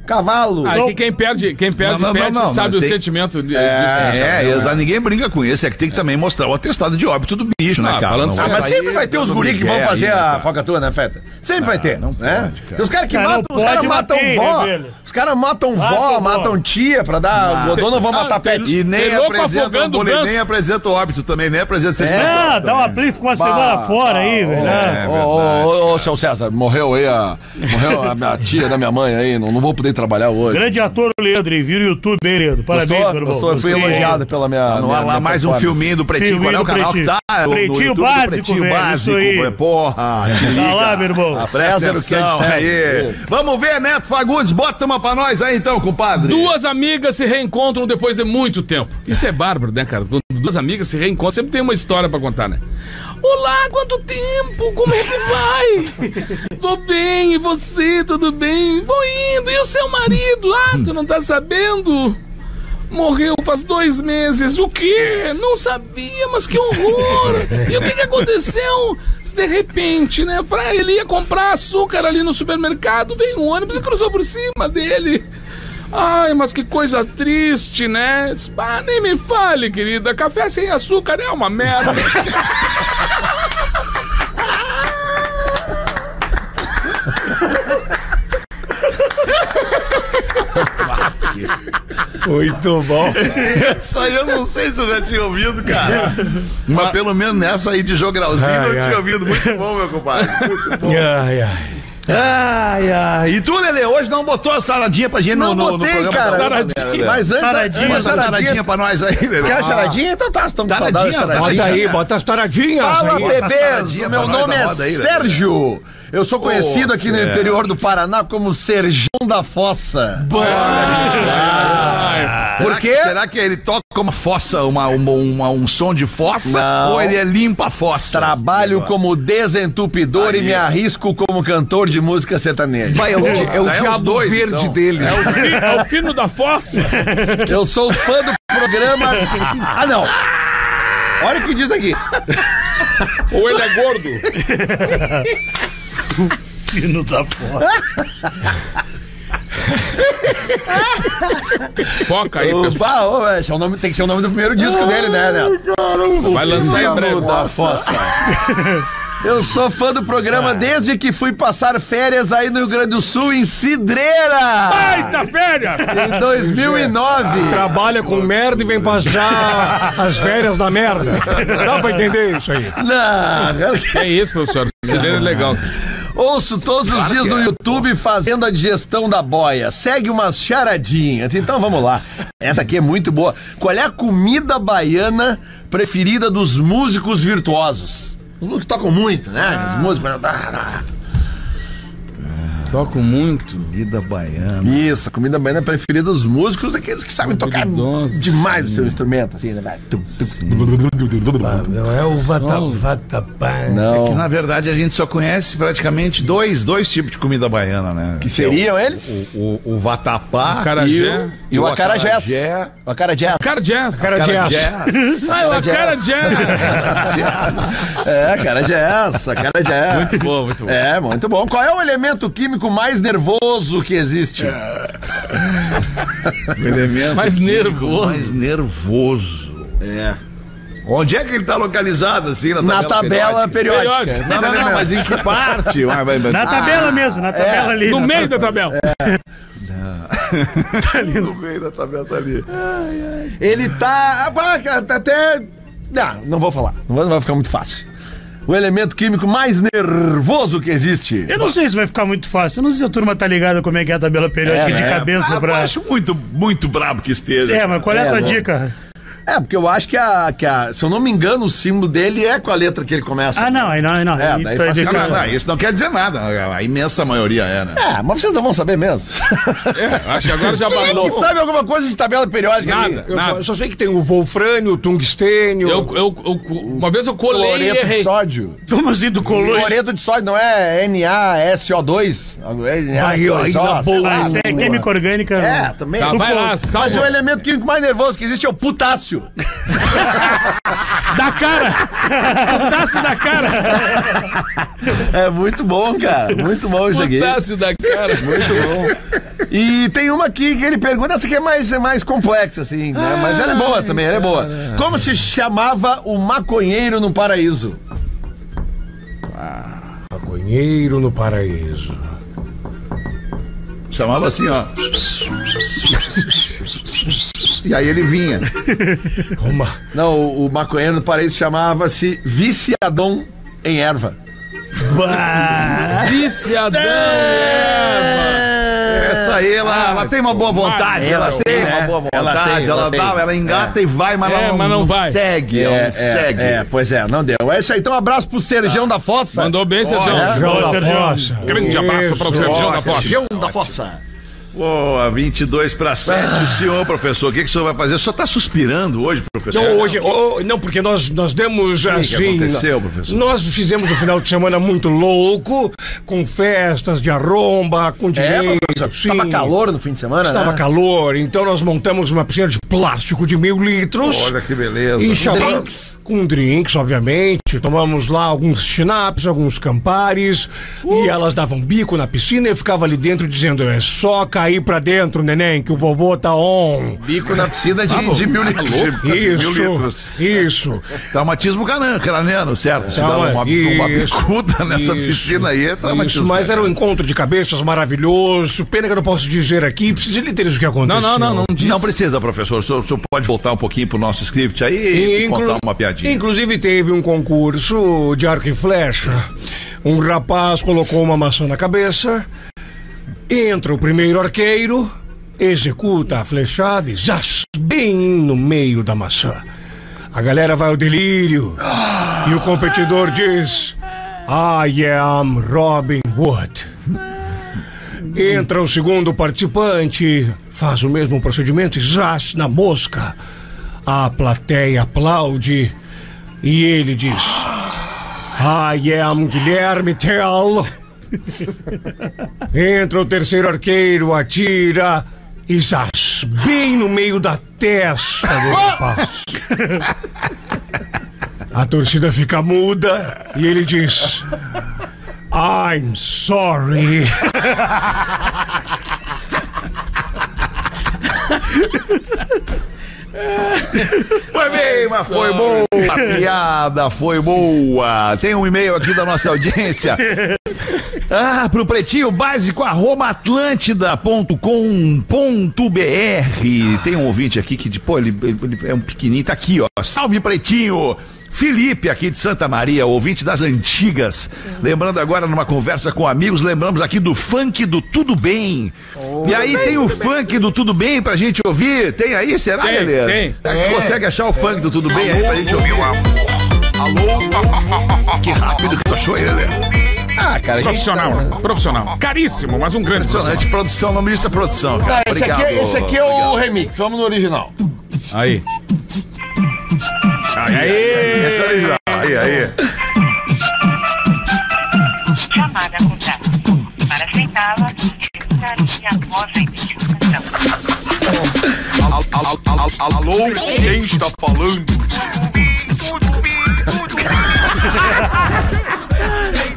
Cavalo. Ah,
Aí Ah, que quem perde, quem perde,
Não, não,
perde
não, não,
sabe
mas
o
tem-
sentimento de, disso.
É, é, exa- ninguém brinca com isso. É que tem que também mostrar o atestado de óbito do bicho, né,
Ah,
cara?
falando
Ah,
sério.
mas
sair
sempre vai ter os
dando
guri que vão
migué
fazer
é aí,
a
né,
focatua, né, Feta? Sempre vai ter.
não
né?
pode, cara.
Tem os caras que
Ah, não
matam, os caras
pode, mas
matam
tem,
vó.
né, velho?
Os caras matam vó,
Matam vó.
matam tia pra dar. o dono vão
Ah,
matar
tem-
pet.
E nem
Tem louco
apresenta, o
afogando o
boletim,
ganso.
nem apresenta o óbito também, nem apresenta o certificado
É,
óbito
dá uma
também.
play, fica uma semana fora aí,
tá
velho.
Ah.
né?
É
Ô,
verdade,
ô, ô, ô, seu César, morreu aí a. Morreu a minha tia da minha mãe aí, não, não vou poder trabalhar hoje.
Grande ator, Leandro, e vira o YouTube, hein, Leandro? Parabéns,
Gostou?
meu irmão.
Gostou? Eu fui
Gostei.
elogiado pela minha.
Tá no
minha-
ar lá
minha
mais um
performance. (laughs)
filminho do Pretinho.
Filminho
Qual é o
do
canal que
Pretinho.
tá? É o- no
Pretinho
YouTube do
Básico,
Pretinho
velho,
Básico.
isso aí.
é, Porra. te (laughs) liga.
Tá lá, meu irmão.
Presta
César, o que é
atenção
de
aí.
César?
Vamos ver, Neto Fagundes. Bota uma pra nós aí então, compadre. (laughs)
Duas amigas se reencontram depois de muito tempo. Isso é bárbaro, né, cara? Quando duas amigas se reencontram, sempre tem uma história pra contar, né? Olá, quanto tempo? Como é que vai? (laughs) Vou bem, e você? Tudo bem? Vou indo. E o seu marido? Ah, tu não tá sabendo? Morreu faz dois meses. O quê? Não sabia, mas que horror! E o que, que aconteceu? De repente, né? Pra ele ia comprar açúcar ali no supermercado, veio um ônibus e cruzou por cima dele. Ai, mas que coisa triste, né? Diz, Ah, nem me fale, querida. Café sem açúcar é uma merda.
Muito bom.
Essa aí eu não sei se eu já tinha ouvido, (laughs) cara. Mas pelo menos nessa aí de jogralzinho
Ai,
eu
ai.
tinha ouvido. Muito bom, meu (laughs) compadre. Muito bom.
Ai, ai.
Ai, ai. E tu, Lele, hoje não botou a saradinha pra gente
Não,
no, no, no
botei,
programa?
cara.
Saradinha, Lelê.
Mas antes.
Taradinha,
antes
Bota
da
a
taradinha.
saradinha pra nós aí, Lelê.
Quer a charadinha? Então tá, estamos com saudade
Taradinha,
da charadinha.
Bota aí,
Cara.
bota as taradinhas
Fala,
aí.
bebês!
saradinha
O meu
pra nós
nome
na
é
roda aí, Lelê.
Sérgio. Eu sou conhecido
né, Ô,
aqui no
Sérgio.
interior do Paraná como Serjão da Fossa.
Será
Por
que-
quê?
Será que ele toca uma fossa, uma, uma- uma- um som de fossa?
Não.
Ou ele é limpa a fossa?
Trabalho como desentupidor e
Aí.
me arrisco como cantor de música sertaneja.
Vai, é o, di- é o
Tá, é os
diabo
dois,
verde
então.
dele.
É o fino da fossa.
Eu sou fã do programa. Ah, não! Olha o que diz aqui.
Ou ele é gordo.
(laughs) Fino da foda.
Foca aí, pessoal.
Opa, ô, esse é o nome, tem que ser o nome do primeiro disco dele, né, Neto?
Vai lançar em breve.
Filho da fossa. (laughs) Eu sou fã do programa desde que fui passar férias aí no Rio Grande do Sul, em Cidreira,
Ai, tá velha!
em 2009.
Trabalha com merda e vem passar as férias da merda. Dá pra entender isso aí.
Não,
É isso, professor. Brasileiro é legal.
Ouço todos os dias no YouTube fazendo a digestão da boia. Segue umas charadinhas. Então vamos lá. Essa aqui é muito boa. Qual é a comida baiana preferida dos músicos virtuosos? Os músicos que tocam muito, né? Os músicos. ah,
Toco muito.
Comida baiana.
Isso, a comida baiana preferida dos músicos, aqueles que sabem tocar
Habilidosos,
demais o seu instrumento, assim, né? vai? Tum, tum,
Não é o vata, vata, pá.
Que,
Não.
na verdade, a gente só conhece praticamente dois, dois tipos de comida baiana, né?
Que seriam eles?
O, o, o vatapá
O carajé.
E o acarajés. O acarajés.
Cara jazz.
Cara de aço.
Carajés.
Ah, o cara jazz.
É, acarajés,
(laughs)
acarajés.
Muito bom, muito bom.
É, muito bom. Qual é o elemento químico mais nervoso que existe?
O elemento
Mais
químico
nervoso.
Mais nervoso. É. Onde é que ele tá localizado, assim,
Na tabela periódica.
Periódico.
Não, não, não, mas em que
(laughs)
parte? Ué, vai- vai-
Na tabela mesmo,
Ah,
na
é.
tabela ali.
No
na
meio da tabela.
no meio da tabela tá ali.
Ele tá. ah, pá, tá até. Não, não vou falar. Não vai- não vai ficar muito fácil. O elemento químico mais nervoso que existe.
Eu não sei se vai ficar muito fácil. Eu não sei se a turma tá ligada como é que é a tabela periódica
É,
de
né?
cabeça
Ah,
pra.
Acho muito, muito brabo que esteja.
É, mas qual é a
É,
tua
né?
dica?
É, porque eu acho que a, que a. Se eu não me engano, o símbolo dele é com a letra que ele começa.
Ah, não, aí não, aí não.
É,
Aí
daí
tu
faz-
Ah, Não,
dica-
não, não, isso não quer dizer nada. A imensa maioria é, né?
É, mas vocês não vão saber mesmo.
Acho que agora já
Quem é que
balou.
sabe alguma coisa de tabela periódica
Nada.
ali?
Eu só, eu só sei que tem o wolfrânio, o tungstênio.
Eu, eu, eu- uma vez eu colei e
Cloreto de
errei.
sódio.
Como assim do colou?
Cloreto de sódio não é NaSO2?
na boa.
Ah, isso é química orgânica.
É, também.
Tá, vai lá,
Mas
salva.
o elemento químico mais nervoso que existe é o potássio. Tácio.
Da cara! Putaço da cara!
(laughs) É muito bom, cara. Muito bom isso aqui.
Putasse da cara.
Muito bom. E tem uma aqui que ele pergunta, essa aqui é mais, é mais complexa, assim, né? Mas ela é boa também, ela é boa. Como se chamava o maconheiro no paraíso?
Maconheiro no paraíso.
Chamava assim, ó. E aí ele vinha.
Uma.
Não, o, o maconheiro no paraíso chamava-se viciadão em erva.
(laughs)
Viciadão.
É.
Essa aí, ela, ela tem uma boa vontade. Ela tem uma boa vontade. Ela,
tem, ela tem.
dá, ela engata e vai, mas
É,
ela não,
mas não vai.
segue. ela não segue. Tá.
é, pois é, não deu. É isso aí, então um abraço pro Sergião da Fossa.
Mandou bem, Sérgio.
Olha.
Boa, Sérgio.
Nossa.
Grande abraço para o Sérgio da Foz.
Sergião da Fossa.
Boa, 22 para 7. O senhor, professor, o que, que o senhor vai fazer? O senhor tá suspirando hoje, professor?
Não, hoje, oh, não, porque nós, nós demos assim.
aconteceu, professor?
Nós fizemos um final de semana muito louco, com festas de arromba, com
É,
direito.
professor, tava
sim.
calor no fim de semana,
Estava
né?
calor, então nós montamos uma piscina de plástico de mil litros.
Olha que beleza.
E
Com
chamamos, Com drinks, obviamente. Tomamos lá alguns chinapes, alguns campares. E elas davam bico na piscina e eu ficava ali dentro dizendo: é só cair pra dentro, neném, que o vovô tá on.
Bico na piscina de,
bom.
de mil litros.
Mil litros.
Tá Isso. Isso.
Traumatismo canan- craniano, certo? Se dá
Trauma-
uma, uma
isso,
bicuda (laughs) nessa
isso,
piscina aí, é
Isso,
traumatismo.
mas era um
craniano.
encontro de cabeças maravilhoso. Pena que eu não posso dizer aqui, preciso lhe ter o que aconteceu.
Não, não, não, não diz.
Não precisa, professor. O senhor, o senhor pode voltar um pouquinho pro nosso script aí e,
Inclu-
contar uma piadinha.
Inclusive teve um concurso de arco e flecha. Um rapaz colocou uma maçã na cabeça, entra o primeiro arqueiro, executa a flechada e zás, bem no meio da maçã. A galera vai ao delírio e o competidor diz: I am Robin Wood. Entra o segundo participante, faz o mesmo procedimento e zás na mosca. A plateia aplaude e ele diz: I am Guilherme Tell. (laughs) Entra o terceiro arqueiro, atira e zás, bem no meio da testa do rapaz. A torcida fica muda e ele diz: I'm sorry.
Foi bem, mas foi boa. A piada foi boa. Tem um e-mail aqui da nossa audiência.
(laughs)
Ah, pro pretinho básico arroba atlântida.com.br. Tem um ouvinte aqui que, de- pô, ele, ele é um pequenininho, tá aqui, ó. Salve pretinho! Felipe, aqui de Santa Maria, ouvinte das antigas. Lembrando agora, numa conversa com amigos, lembramos aqui do funk do Tudo Bem. e aí tem o funk do Tudo Bem pra gente ouvir? Tem aí, será,
Tem,
Helena?
tem.
Será que tu consegue achar o funk do Tudo Bem aí pra gente ouvir? Alô? Que rápido que tu achou aí, Helena.
Ah, cara, a gente
Profissional,
tá-
né? Profissional. Caríssimo, mas um grande profissional.
Impressionante produção, não me disse a produção, cara.
Ah, esse aqui, é-
Obrigado.
esse aqui é o remix, vamos no original.
Aí.
Aí, esse é o original. Aí, aí.
chamada contato. Para sentá-la, digite a voz da identificação.
Alô, quem está falando?
Tudo bem,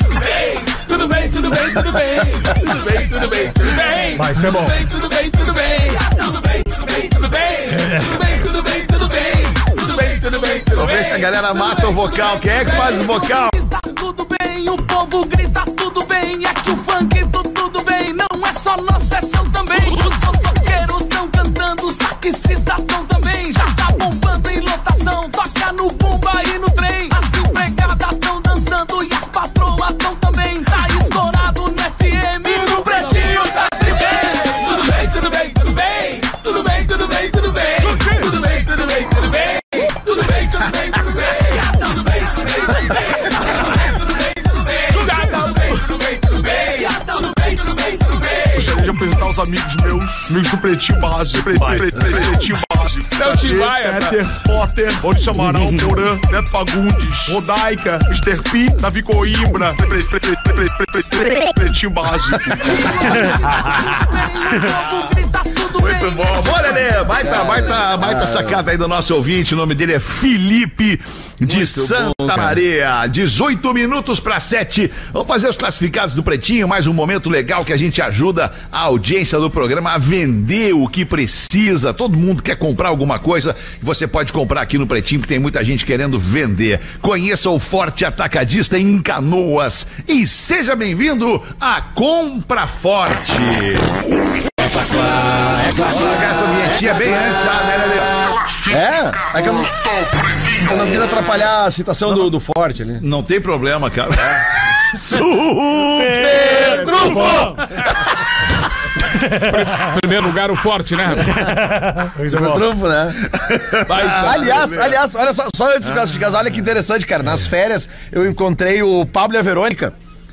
tudo bem, tudo bem. Tudo bem, tudo bem, tudo bem.
Vai ser bom.
Tudo bem, tudo bem, tudo bem. Tudo bem, tudo bem, tudo bem. Tudo bem, tudo bem, tudo bem. Tudo bem, tudo
Vamos ver se a galera mata o vocal. Quem é que faz o vocal?
Está tudo bem, o povo grita Tá tudo bem. É que o funk do tudo bem não é só nosso, é seu também. Os fofoqueiros estão cantando, os taxistas estão também. Já tá bombando em lotação, toca no bumba e no trem. As empregadas estão dançando e as patroas estão também. Tá estourado no FM e no pretinho tá tribem. Tudo bem, tudo bem, tudo bem. Tudo bem, tudo bem, tudo bem. Tudo bem, tudo bem, tudo bem. Tudo bem, tudo bem, tudo bem. Tudo bem, tudo bem, tudo bem.
Gostaria de apresentar os amigos meus, amigos do Pretinho Básico. Pre, pre, pre, pretinho Básico.
É
Não te vai,
Peter Potter, Oni Chamarão, Porã, Neto Fagundes, Rodaica, Mr. P, Davi Coimbra. Pre, pre, pre, pre, pre, pre, pre, pretinho Básico.
O povo grita tudo tudo bem.
Muito bom. Bora, Lelê. Baita, baita, baita sacada aí do nosso ouvinte. O nome dele é Felipe de Santa
cara.
Maria. 18 minutos para 7. Vamos fazer os classificados do Pretinho. Mais um momento legal que a gente ajuda a audiência do programa a vender o que precisa. Todo mundo quer comprar alguma coisa. Você pode comprar aqui no Pretinho, que tem muita gente querendo vender. Conheça o Forte Atacadista em Canoas. E seja bem-vindo à Compra Forte. É claro, essa vinhetinha é bem antes já, né, Lelê?
É? É que eu não, eu não quis atrapalhar a citação do, do Forte ali.
Não tem problema, cara.
Super
Tá
Trufo!
Em primeiro lugar, o forte,
(laughs)
né?
Sobre o trunfo, né?
(laughs)
Vai, tá.
aliás,
Beleza.
aliás, olha só, só
Ah.
antes de classificar, olha que interessante, cara. Nas férias eu encontrei o Pablo e a Verônica.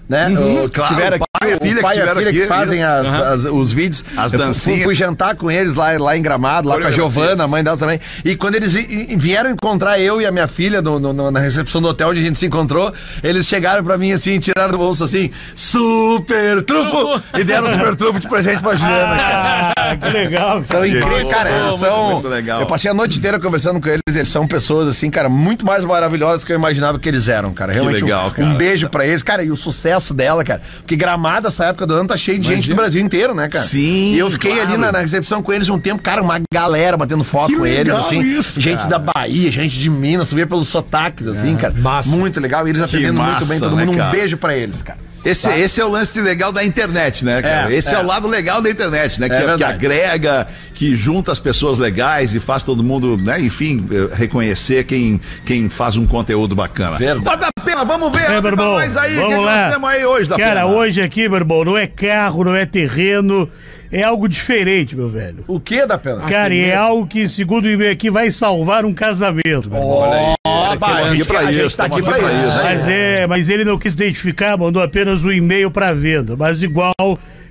Né?
Uhum,
O- que
claro,
tiveram
o pai e a
o
filha que
pai e a
tiveram
filha que
aqui,
fazem
isso.
as-
Aham.
as- os vídeos.
As
Eu fui-
dancinhas.
Fui jantar com eles lá, lá em Gramado, lá com a Giovana, a mãe delas também. E quando eles vi- vieram encontrar eu e a minha filha no- no- no- na recepção do hotel onde a gente se encontrou, eles chegaram pra mim assim, tiraram do bolso assim, super
(laughs)
trufo! e deram super trufo de presente pra Juliana, cara.
Ah, Que legal.
São incríveis, cara. eles
Muito,
são.
muito legal.
Eu passei a noite inteira conversando com eles. Eles são pessoas, assim, cara, muito mais maravilhosas que eu imaginava que eles eram, cara. Realmente. um-
legal,
um,
cara.
beijo pra eles, cara. E o sucesso dela, cara. Porque Gramado, essa época do ano, tá cheio de gente do Brasil inteiro, né, cara?
Sim,
E eu fiquei
claro.
ali na, na recepção com eles um tempo, cara, uma galera batendo foto
Que
com eles,
legal
assim.
isso,
gente
cara. É,
da Bahia, gente de Minas, tu via pelos sotaques, assim, cara. Muito legal. E eles atendendo muito
massa,
bem todo
né,
mundo.
cara?
Um beijo pra eles, cara.
Esse,
Tá.
esse é o lance legal da internet, né, cara?
É,
esse é.
é.
o lado legal da internet, né? Que,
É
que
verdade.
agrega, que junta as pessoas legais e faz todo mundo, né, enfim, eh, reconhecer quem, quem faz um conteúdo bacana.
Verdade.
Roda a pena, vamos ver.
É,
roda
meu
pra
irmão,
nós aí, o que,
vamos
que
lá.
nós temos aí hoje da
Cara,
pena?
hoje aqui, meu irmão, não é carro, não é terreno, é algo diferente, meu velho.
O Ah, que, da
Ah,
pena?
Cara, e é algo que, segundo o e-mail aqui, vai salvar um casamento, meu irmão.
Olha aí,
Ó,
cara,
bah,
tamo
a gente
aqui pra
quer- a
isso,
gente
né?
tá
tamo
aqui pra isso.
Mas, é, mas ele não quis identificar, mandou apenas um e-mail para venda. Mas igual,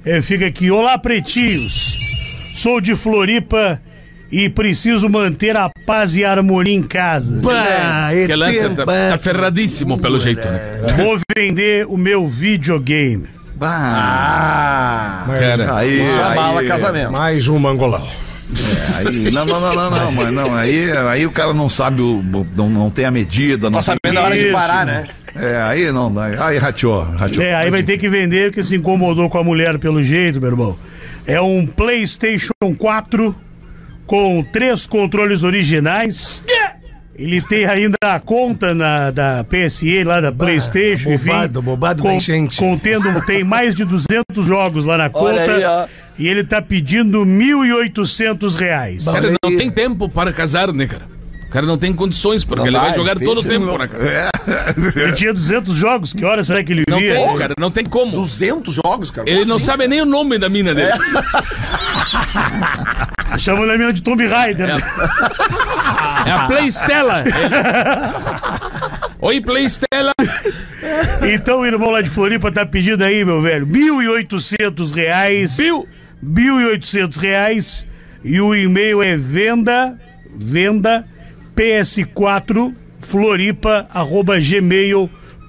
é, fica aqui. Olá, pretinhos. Sou de Floripa e preciso manter a paz e a harmonia em casa.
Bah,
Que lance, tá, tá ferradíssimo pelo jeito,
É.
né?
Vou vender o meu videogame.
Ah,
Cara,
Aí,
isso
aí,
abala casamento.
Mais um mangolão.
aí, não, não, não, não, não, mas não, aí, aí o cara não sabe, o, não, não tem a medida, não
Tá sabendo a hora de
Isso.
parar, né?
tem- É, aí não, não, aí rateou, rateou.
É, aí vai ter que vender porque se incomodou com a mulher pelo jeito, meu irmão. É um PlayStation 4 com três controles originais. Ele tem ainda a conta na, da PSE lá da PlayStation, enfim.
bobado, bobado da enchente.
Contendo, tem mais de 200 jogos lá na
Olha
conta.
aí, ó.
e ele tá pedindo 1.800 reais.
Cara, não tem tempo para casar, né, cara? O cara não tem condições, porque
Não
ele
dá,
vai
é
jogar todo o
difícil,
tempo, né, cara?
Ele tinha 200 jogos, que hora será que ele
Não
via?
tem, cara, não tem como.
200 jogos, cara.
Ele
Como
não
assim?
sabe nem o nome da mina dele.
Chama ele a mina de Tomb Raider. né?
É
(laughs)
a Playstella. Oi, Playstella.
Então o irmão lá de Floripa tá pedindo aí, meu velho, 1.800 reais.
Mil.
1.800 reais. E o e-mail é venda, venda, ps4, floripa, arroba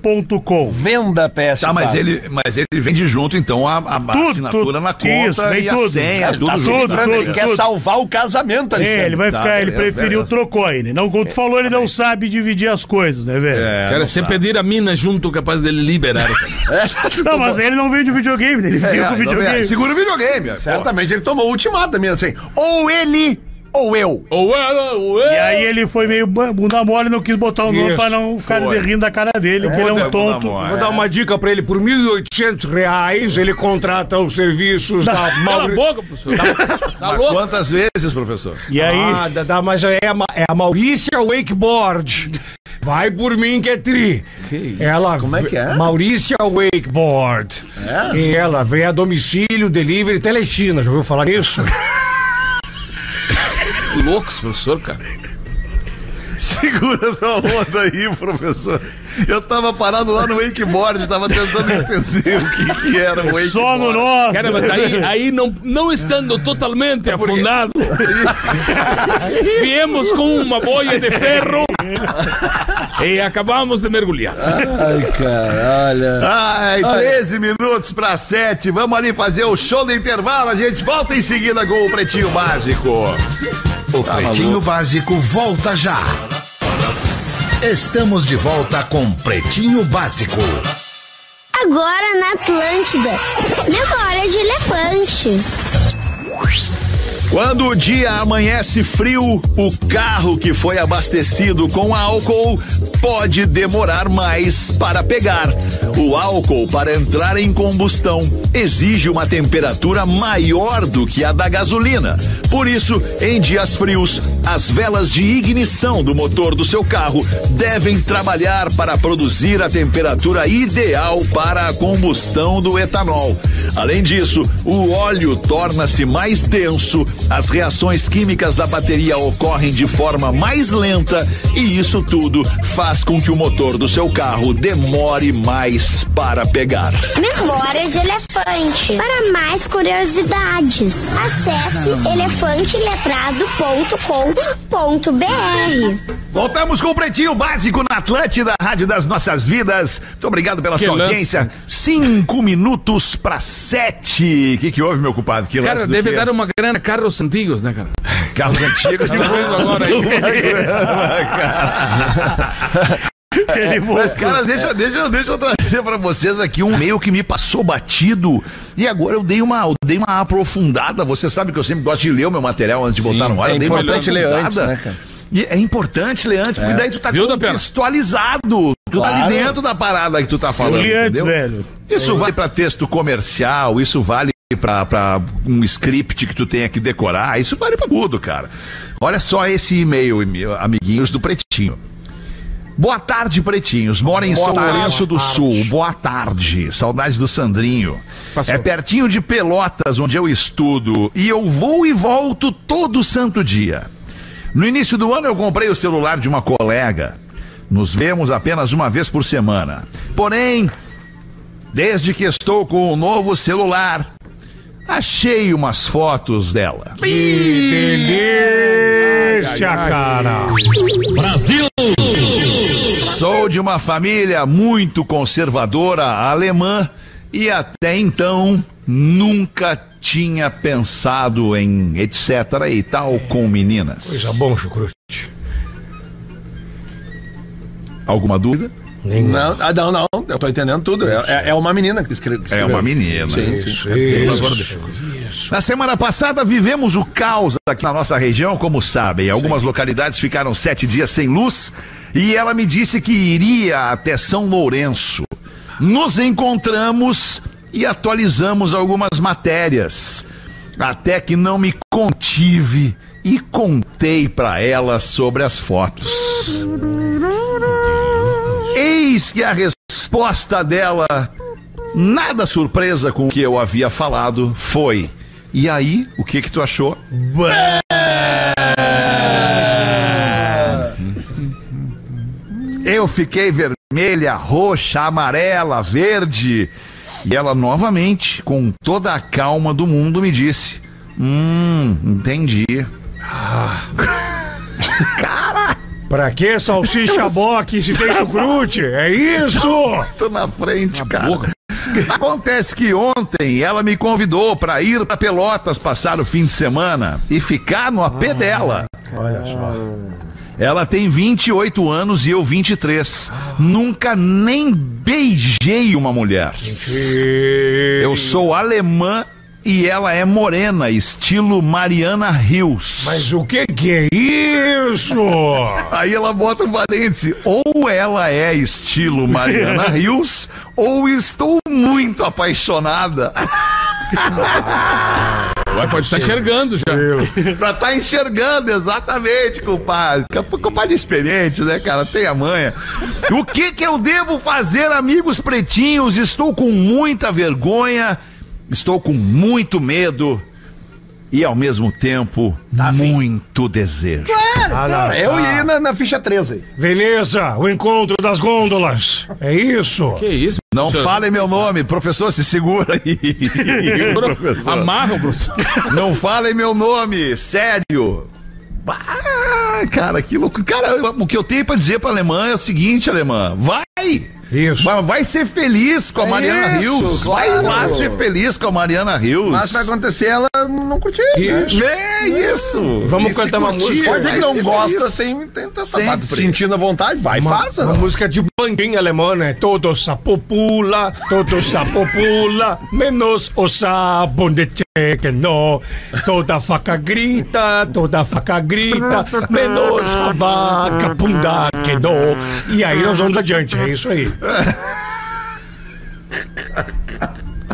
gmail.com.
Venda PS.
Tá, mas ele, mas ele vende junto, então, a, a
Tudo,
assinatura
tudo.
na conta
Isso, vem
e a
tudo.
senha,
Ele
tudo
tá
junto.
tudo,
Tá,
tudo.
ele quer salvar o casamento, Alexandre.
É, ele vai
Tá,
ficar, ele
beleza,
preferiu
beleza.
trocou ele. Não, como tu falou, ele
É.
não sabe dividir as coisas, né, velho?
Cara, se pedir a mina junto, capaz dele liberar.
(laughs)
Não, mas ele não vende videogame, ele
É,
veio com
não, é,
videogame.
segura o videogame. ó.
Certamente ele tomou o ultimato também, assim. Ou ele, ou eu.
Ou ela, ou
E
eu.
aí ele foi meio ba- bunda mole, não quis botar o nome
Isso,
pra não ficar
foi.
rindo da cara dele, que ele é
Bunda
um tonto.
mole.
Vou dar uma dica pra ele. Por 1.800 reais, ele contrata os serviços da
Cala a
Mauri...
boca, professor. Tá, tá louco?
Quantas vezes, professor?
E aí,
Ah, da, da, mas é a, Ma- é a Maurícia Wakeboard. Vai por mim que é tri. Ela,
Como é que é?
Maurícia Wakeboard.
É?
E ela vem a domicílio, delivery, Telechina. Já ouviu falar (laughs) nisso?
Loucos, professor, cara.
(laughs) Segura essa onda aí, professor. Eu tava parado lá no wakeboard, tava tentando entender o que, que era o wakeboard.
Cara, mas aí, aí não, não estando totalmente (laughs) afundado, viemos com uma boia de ferro e acabamos de mergulhar.
Ai, cara, olha. Ai, 13 minutos pra 7. Vamos ali fazer o show do intervalo. A gente volta em seguida com o Pretinho Básico. Tá
O Pretinho Básico volta já. Estamos de volta com Pretinho Básico.
Agora na Atlântida. Memória de elefante.
Quando o dia amanhece frio, o carro que foi abastecido com álcool pode demorar mais para pegar. O álcool, para entrar em combustão, exige uma temperatura maior do que a da gasolina. Por isso, em dias frios, as velas de ignição do motor do seu carro devem trabalhar para produzir a temperatura ideal para a combustão do etanol. Além disso, o óleo torna-se mais denso, as reações químicas da bateria ocorrem de forma mais lenta e isso tudo faz com que o motor do seu carro demore mais para pegar.
Memória de elefante. Para mais curiosidades, acesse elefanteletrado.com.br.
Voltamos com o Pretinho Básico na Atlântida, Rádio das Nossas Vidas. Muito obrigado pela
Que
sua
lance.
audiência. Cinco minutos para sete. O que, que houve, meu culpado? Que
Cara,
lance do
deve
quê?
é.
dar uma grana carros antigos, né, cara?
Carros antigos.
Tá vendo agora
(laughs)
aí?
Mas, cara, deixa, deixa, deixa eu trazer pra vocês aqui um meio que me passou batido. E agora eu dei uma, eu dei uma aprofundada. Você sabe que eu sempre gosto de ler o meu material antes de botar no ar.
é
eu dei uma
importante ler antes,
aprofundada.
né, cara? É.
E é importante ler antes, porque daí tu tá
Viu, Dapena?
contextualizado. Tu tá
Claro.
ali dentro da parada que tu tá falando,
Eu li
é
antes,
entendeu?
velho.
Isso vale pra texto comercial, isso vale pra- pra um script que tu tenha que decorar, isso vale pra tudo, cara. Olha só esse e-mail, ami- amiguinhos do Pretinho. Boa tarde, pretinhos. Moro em São Lourenço do Sul. Boa tarde. Saudade do Sandrinho. É pertinho de Pelotas, onde eu estudo. E eu vou e volto todo santo dia. No início do ano, eu comprei o celular de uma colega. Nos vemos apenas uma vez por semana. Porém, desde que estou com o novo celular, achei umas fotos dela.
Delícia, cara.
Brasil! Sou de uma família muito conservadora alemã e até então nunca tinha pensado em etc e tal com meninas.
Coisa bom, chucrute.
Alguma dúvida?
Não, ah, não, não, eu tô entendendo tudo. É, é- é uma menina que escreve.
É uma menina.
Sim, É, sim.
Agora deixa eu- Na semana passada vivemos o caos aqui na nossa região, como sabem. Algumas localidades ficaram sete dias sem luz e ela me disse que iria até São Lourenço. Nos encontramos e atualizamos algumas matérias. Até que não me contive e contei pra ela sobre as fotos. Eis que a resposta dela, nada surpresa com o que eu havia falado, foi: E aí, o que que tu achou? Eu fiquei vermelha, roxa, amarela, verde. E ela novamente, com toda a calma do mundo, me disse: Hum, entendi.
Pra que salsicha boque se tem chucrute? É (laughs) isso!
Tô na frente, cara. (laughs) Acontece que ontem ela me convidou pra ir pra Pelotas passar o fim de semana e ficar no AP dela.
Ah, Olha só.
Ela tem 28 anos e eu 23. Nunca nem beijei uma mulher. Eu sou alemã e ela é morena, estilo Mariana Rios.
Mas o que que é isso?
Aí ela bota um parêntese. Ou ela é estilo
(laughs)
Mariana Rios, ou estou muito apaixonada.
Vai, pode estar enxergando já.
pra tá enxergando, exatamente, compadre. Cap- Compadre experiente, né, cara? Tem a manha. O que que eu devo fazer, amigos pretinhos? Estou com muita vergonha, estou com muito medo. e ao mesmo tempo muito desejo.
Claro, claro.
é
Eu iria na, na ficha 13.
Beleza, o encontro das gôndolas. É isso?
Que isso?
Não fale meu nome, professor, se segura aí. Professor.
Amarra o professor.
Não falem meu nome, sério. Ah, cara, que louco. Cara, o que eu tenho pra dizer pra alemã é o seguinte, alemã. Vai!
Isso.
Vai, vai ser feliz com a
É
Mariana
isso,
Rios. Vai
claro.
lá ser feliz com a Mariana Rios.
Mas vai acontecer, ela não curtiu. né?
Isso.
É isso.
Vamos
E se
cantar uma
curtir,
música?
Pode dizer que
vai
não
ser
gosta
feliz.
sem tentar sapato.
Sempre.
Sentindo a vontade, vai,
Uma,
faça.
uma
não.
música de bandinha alemã, né? Todo sapo pula, todo sapo pula, menos o sapo de tecno. Toda faca grita, toda faca grita, menos a vaca punda que no. E aí nós vamos adiante, é isso aí.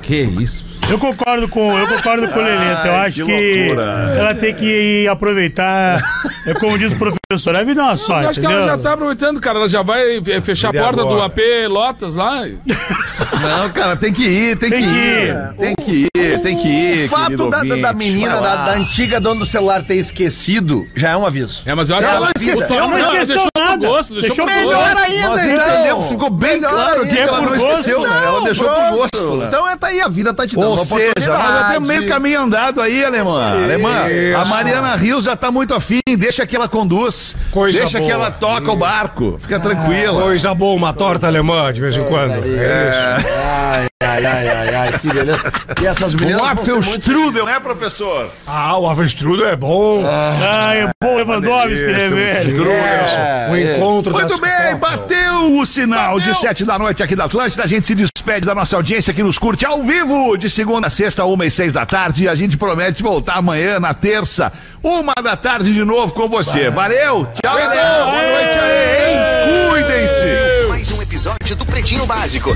Que isso?
Eu concordo com, eu concordo com o Lelento. Eu
Ai, que
acho que,
loucura.
ela tem que aproveitar. É como diz o professor, a vida é uma
Mas eu
sorte,
acho que ela já
entendeu?
tá aproveitando, cara. Ela já vai eh, fechar a
Ele
porta do
agora.
AP Lotas lá.
Não, cara, tem que ir, tem,
Tem
que
que
ir.
ir.
Tem que ir, tem que ir.
O fato
querido
da, da-
ouvinte,
da menina,
vai
da,
lá.
da antiga dona do celular ter esquecido, já é um aviso.
É, mas eu acho
Ela
que ela
esqueceu,
Puta,
ela não
ela
esqueceu
deixou pro
nada.
gosto, deixou,
Deixou
pro
melhor
gosto.
ainda, então.
Nós entendemos, ficou bem claro que
é
ela
por
não
gosto.
esqueceu, né? Ela deixou pro
Pronto.
gosto. né?
Então é, tá aí, a vida tá te dando
Ou
uma
seja, nós já
oportunidade.
temos meio caminho andado aí, alemã. Alemã, a Mariana Rios já tá muito afim, deixa que ela conduz,
Coisa
deixa que
boa.
ela toca o barco, fica tranquila.
Coisa boa, uma torta alemã de vez em quando. É. isso.
Ai, ai, ai, ai, ai, que beleza. E essas meninas.
Um
vão ser muito-
Apfelstrudel, né, professor?
Ah, o avestrudo é bom.
Ah, é bom Lewandowski, né,
um
É,
velho?
o
é.
né? encontro
Muito
das
bem, bateu o sinal de sete da noite aqui da Atlântida. A gente se despede da nossa audiência que nos curte ao vivo de segunda a sexta, uma e seis da tarde. E a gente promete voltar amanhã, na terça, uma da tarde de novo com você. Valeu, tchau, galera. Boa noite aí, hein? Cuidem-se.
Mais um episódio do Pretinho Básico.